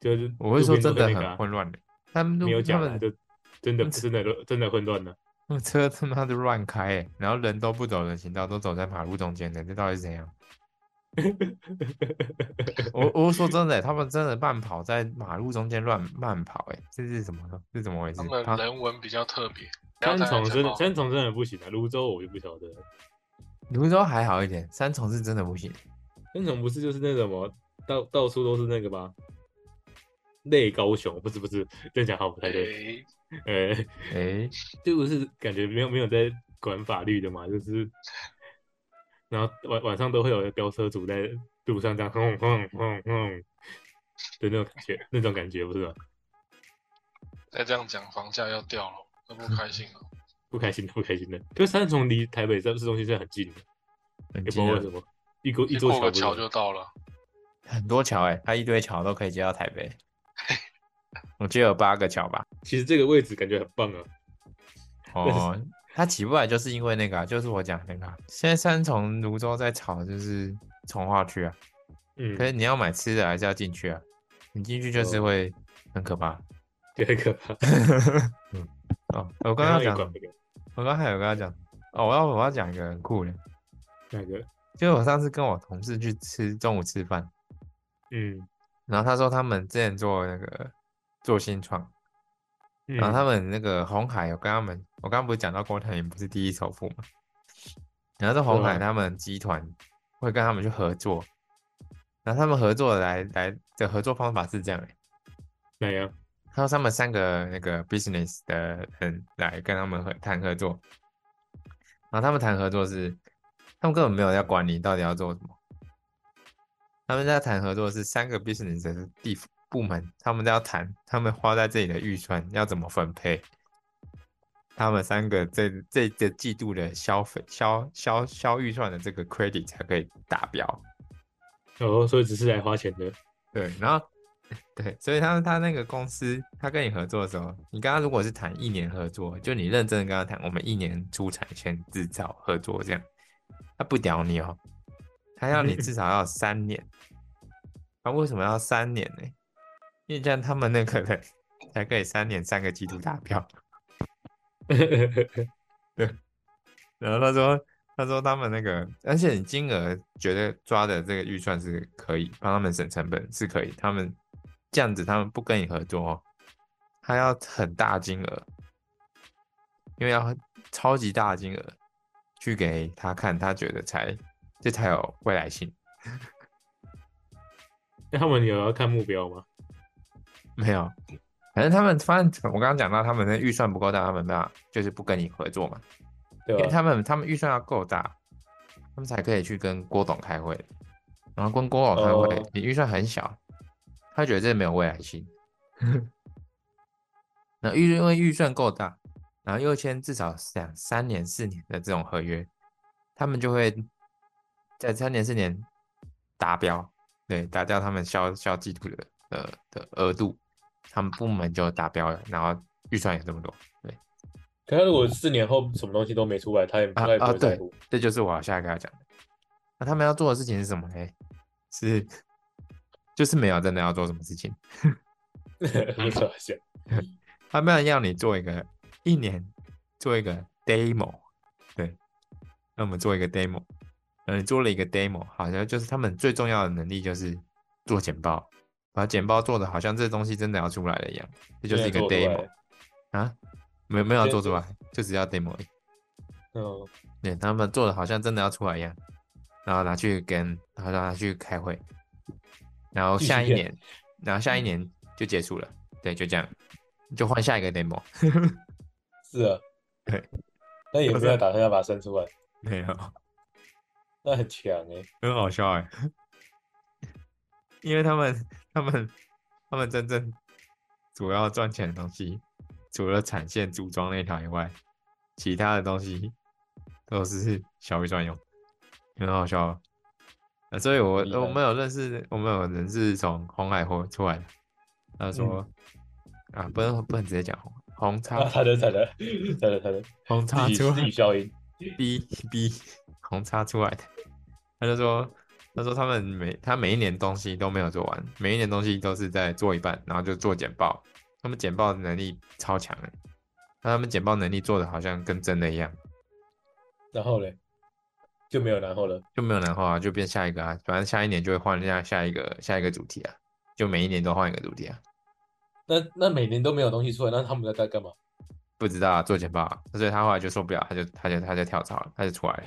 Speaker 2: 就是
Speaker 1: 我会说真的
Speaker 2: 路边那
Speaker 1: 很
Speaker 2: 个啊
Speaker 1: 混乱呢。他们都
Speaker 2: 没有
Speaker 1: 他
Speaker 2: 讲啊，
Speaker 1: 们
Speaker 2: 就真的真的真的混乱了。
Speaker 1: 那车他妈的乱开欸，然后人都不走人行道，都走在马路中间的，这到底是怎样？我我说真的欸，他们真的慢跑在马路中间乱慢跑，哎，这是什么呢？这是怎么回事
Speaker 4: 他？们
Speaker 1: 他
Speaker 4: 人文比较特别，不 要
Speaker 2: 三
Speaker 4: 太
Speaker 2: 重真的
Speaker 4: 爱讲
Speaker 2: 三重真的不行啊，泸州我就不晓得了。
Speaker 1: 泸州还好一点，三重是真的不行。
Speaker 2: 三重不是就是那什么到到处都是那个吗？内高雄不是不是，这样讲好像不
Speaker 4: 话
Speaker 2: 太对。
Speaker 4: 诶
Speaker 2: 呃，
Speaker 1: 哎，
Speaker 2: 就不是感觉没有没有在管法律的嘛，就是，然后晚晚上都会有飙车族在路上这样轰轰轰轰的那种感觉，那种感觉不是吗？
Speaker 4: 再这样讲，房价要掉了，会不开心了。
Speaker 2: 不开心的，不开心的。可是三重离台北市市中心是很近的，
Speaker 1: 很
Speaker 2: 也不知
Speaker 1: 近
Speaker 2: 道
Speaker 1: 啊
Speaker 2: 为什么，一过一
Speaker 4: 一
Speaker 2: 座
Speaker 4: 过个
Speaker 2: 桥
Speaker 4: 桥
Speaker 2: 不是
Speaker 4: 就到了，
Speaker 1: 很多桥哎，它一堆桥都可以接到台北。 我记得有八个桥吧？
Speaker 2: 其实这个位置感觉很棒啊，
Speaker 1: 哦，它起不来就是因为那个啊、就是我讲那个啊、现在三重泸州在炒就是从化区啊。
Speaker 2: 嗯，
Speaker 1: 可是你要买吃的还是要进去啊？你进去就是
Speaker 2: 哦
Speaker 1: 会很可怕。
Speaker 2: 就很可怕。
Speaker 1: 哦，我刚刚
Speaker 2: 也
Speaker 1: 讲，
Speaker 2: 管不了
Speaker 1: 我刚还有跟他讲，哦，我要我要讲一个很酷的，
Speaker 2: 那个，
Speaker 1: 就是我上次跟我同事去吃中午吃饭，
Speaker 2: 嗯，
Speaker 1: 然后他说他们之前做那个做新创，
Speaker 2: 嗯
Speaker 1: 然后他们那个红海有跟他们，我刚刚不是讲到郭台铭不是第一首富嘛，然后这红海
Speaker 2: 对啊
Speaker 1: 他们集团会跟他们去合作，然后他们合作来来的合作方法是这样、欸，
Speaker 2: 哪样？
Speaker 1: 他说他们三个那个 business 的人来跟他们合谈合作，然后他们谈合作是，他们根本没有要管你到底要做什么，他们在谈合作是三个 business 的地部门，他们都要谈他们花在这里的预算要怎么分配，他们三个这这个季度的消费消消消预算的这个 credit 才可以达标。
Speaker 2: 哦，所以只是来花钱的，
Speaker 1: 对，然后对，所以他他那个公司，他跟你合作的时候，你跟他如果是谈一年合作，就你认真的跟他谈，我们一年出产线制造合作这样，他不屌你哦，他要你至少要三年，他为什么要三年呢？因为这样他们那个人才可以三年三个季度达标。然后他说，他说他们那个，而且你金额觉得抓的这个预算是可以帮他们省成本，是可以。他们这样子，他们不跟你合作哦，他要很大金额，因为要超级大的金额去给他看，他觉得才这才有未来性。
Speaker 2: 那他们有要看目标吗？
Speaker 1: 没有，反正他们，反正我刚刚讲到，他们的预算不够大，他们没办法，就是不跟你合作嘛。
Speaker 2: 对
Speaker 1: 因为
Speaker 2: 吧、
Speaker 1: 他们他们预算要够大，他们才可以去跟郭董开会。然后跟郭董开会，
Speaker 2: 哦
Speaker 1: 你预算很小，他觉得这没有未来性。那预因为预算够大，然后又签至少两三年四年的这种合约，他们就会在三年四年达标，对，达掉他们销销季度的的的额度，他们部门就达标了，然后预算也这么多，对，
Speaker 2: 可他如果四年后什么东西都没出来，他也他也不
Speaker 1: 啊啊
Speaker 2: 会在
Speaker 1: 对
Speaker 2: 乎。
Speaker 1: 这就是我下一个要讲的。那他们要做的事情是什么呢？是，就是没有真的要做什么事情。
Speaker 2: 没错，想
Speaker 1: 他们要你做一个一年做一个 demo，对，那我们做一个 demo，呃，你做了一个 demo，好像就是他们最重要的能力就是做简报，把简报做的好像这东西真的要出来了一样，这就是一个
Speaker 2: 没有做出来
Speaker 1: demo 啊，没有没有要
Speaker 2: 没有
Speaker 1: 做出
Speaker 2: 做
Speaker 1: 来，就只要 demo 而已。
Speaker 2: 嗯，
Speaker 1: 对他们做的好像真的要出来一样，然后拿去跟，然后拿去开会，然后
Speaker 2: 继续
Speaker 1: 下一
Speaker 2: 练
Speaker 1: 年，然后下一年就结束了，对，就这样，就换下一个 demo，
Speaker 2: 是啊，
Speaker 1: 对，
Speaker 2: 但也没有打算要把它生出来，
Speaker 1: 没有，
Speaker 2: 那很强哎、
Speaker 1: 很好笑哎、因为他们他们他们真正主要赚钱的东西，除了产线组装那条以外，其他的东西都是小鱼专用，很好笑哦。呃所以我
Speaker 2: 厉害
Speaker 1: 我们有认识，我们有人是从红海货出来的，他说、啊，不能不能直接讲红红
Speaker 2: 啊，
Speaker 1: 叉
Speaker 2: 惨了惨了惨了惨了，
Speaker 1: 红叉
Speaker 2: 自
Speaker 1: 出
Speaker 2: 己自
Speaker 1: 来
Speaker 2: 己，消音，
Speaker 1: B B 红叉出来的，他就说，他说他们每他每一年东西都没有做完，每一年东西都是在做一半，然后就做简报，他们简报能力超强的，那他们简报能力做的好像跟真的一样，
Speaker 2: 然后嘞就没有然后了，
Speaker 1: 就没有然后啊，就变下一个啊，反正下一年就会换下下一个下一个主题啊，就每一年都换一个主题啊，
Speaker 2: 那那每年都没有东西出来，那他们在在干嘛？
Speaker 1: 不知道啊做简报、啊，所以他后来就受不了，他就他就他就跳槽了，他就出来了，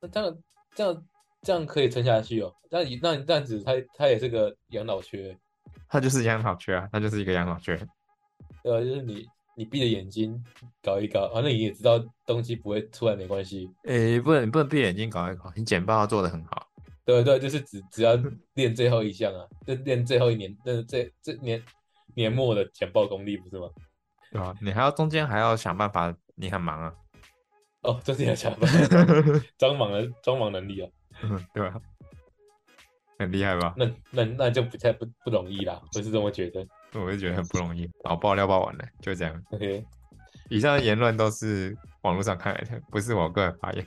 Speaker 2: 那这样这样这样可以撑下去哦，那你那你这样子他他也是个养老缺、
Speaker 1: 他就是养老缺啊，他就是一个养老缺，
Speaker 2: 对吧？就是你你闭着眼睛搞一搞，反正你也知道东西不会出来没关系，
Speaker 1: 诶、不能不能闭着眼睛搞一搞，你简报做的很好。
Speaker 2: 对对，就是只只要练最后一项啊，就练最后一年，那这这年年末的简报功力不是吗？
Speaker 1: 对啊，你还要中间还要想办法，你很忙啊，
Speaker 2: 哦，这是要想法，装忙的装忙能力哦，
Speaker 1: 对吧、很厉害吧？
Speaker 2: 那那那就不太不不容易啦，我是这么觉得。
Speaker 1: 我就觉得很不容易，老爆料爆完了，就这样。
Speaker 2: OK，
Speaker 1: 以上的言论都是网络上看来的，不是我个人发言，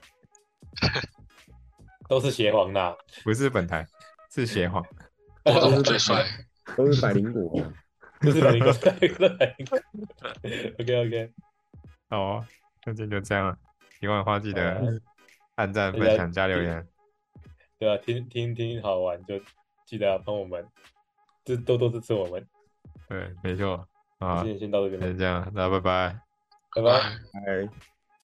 Speaker 2: 都是邪皇啦，
Speaker 1: 不是本台，是邪皇。
Speaker 4: 郭董最帅，
Speaker 2: 哦
Speaker 3: 都是百灵果啊，
Speaker 2: 就是每个 OK OK，
Speaker 1: 好、哦，那今天就这样了。喜欢的话记
Speaker 2: 好啊
Speaker 1: 得按赞、
Speaker 2: 大家
Speaker 1: 分享、加留言。
Speaker 2: 对吧、听听听好玩就记得要啊帮我们，就多多支持我们。
Speaker 1: 对，没错。啊，
Speaker 2: 今天先到这边
Speaker 1: 那，就这样，那拜拜。
Speaker 2: 拜拜。
Speaker 4: 拜。
Speaker 3: 哎。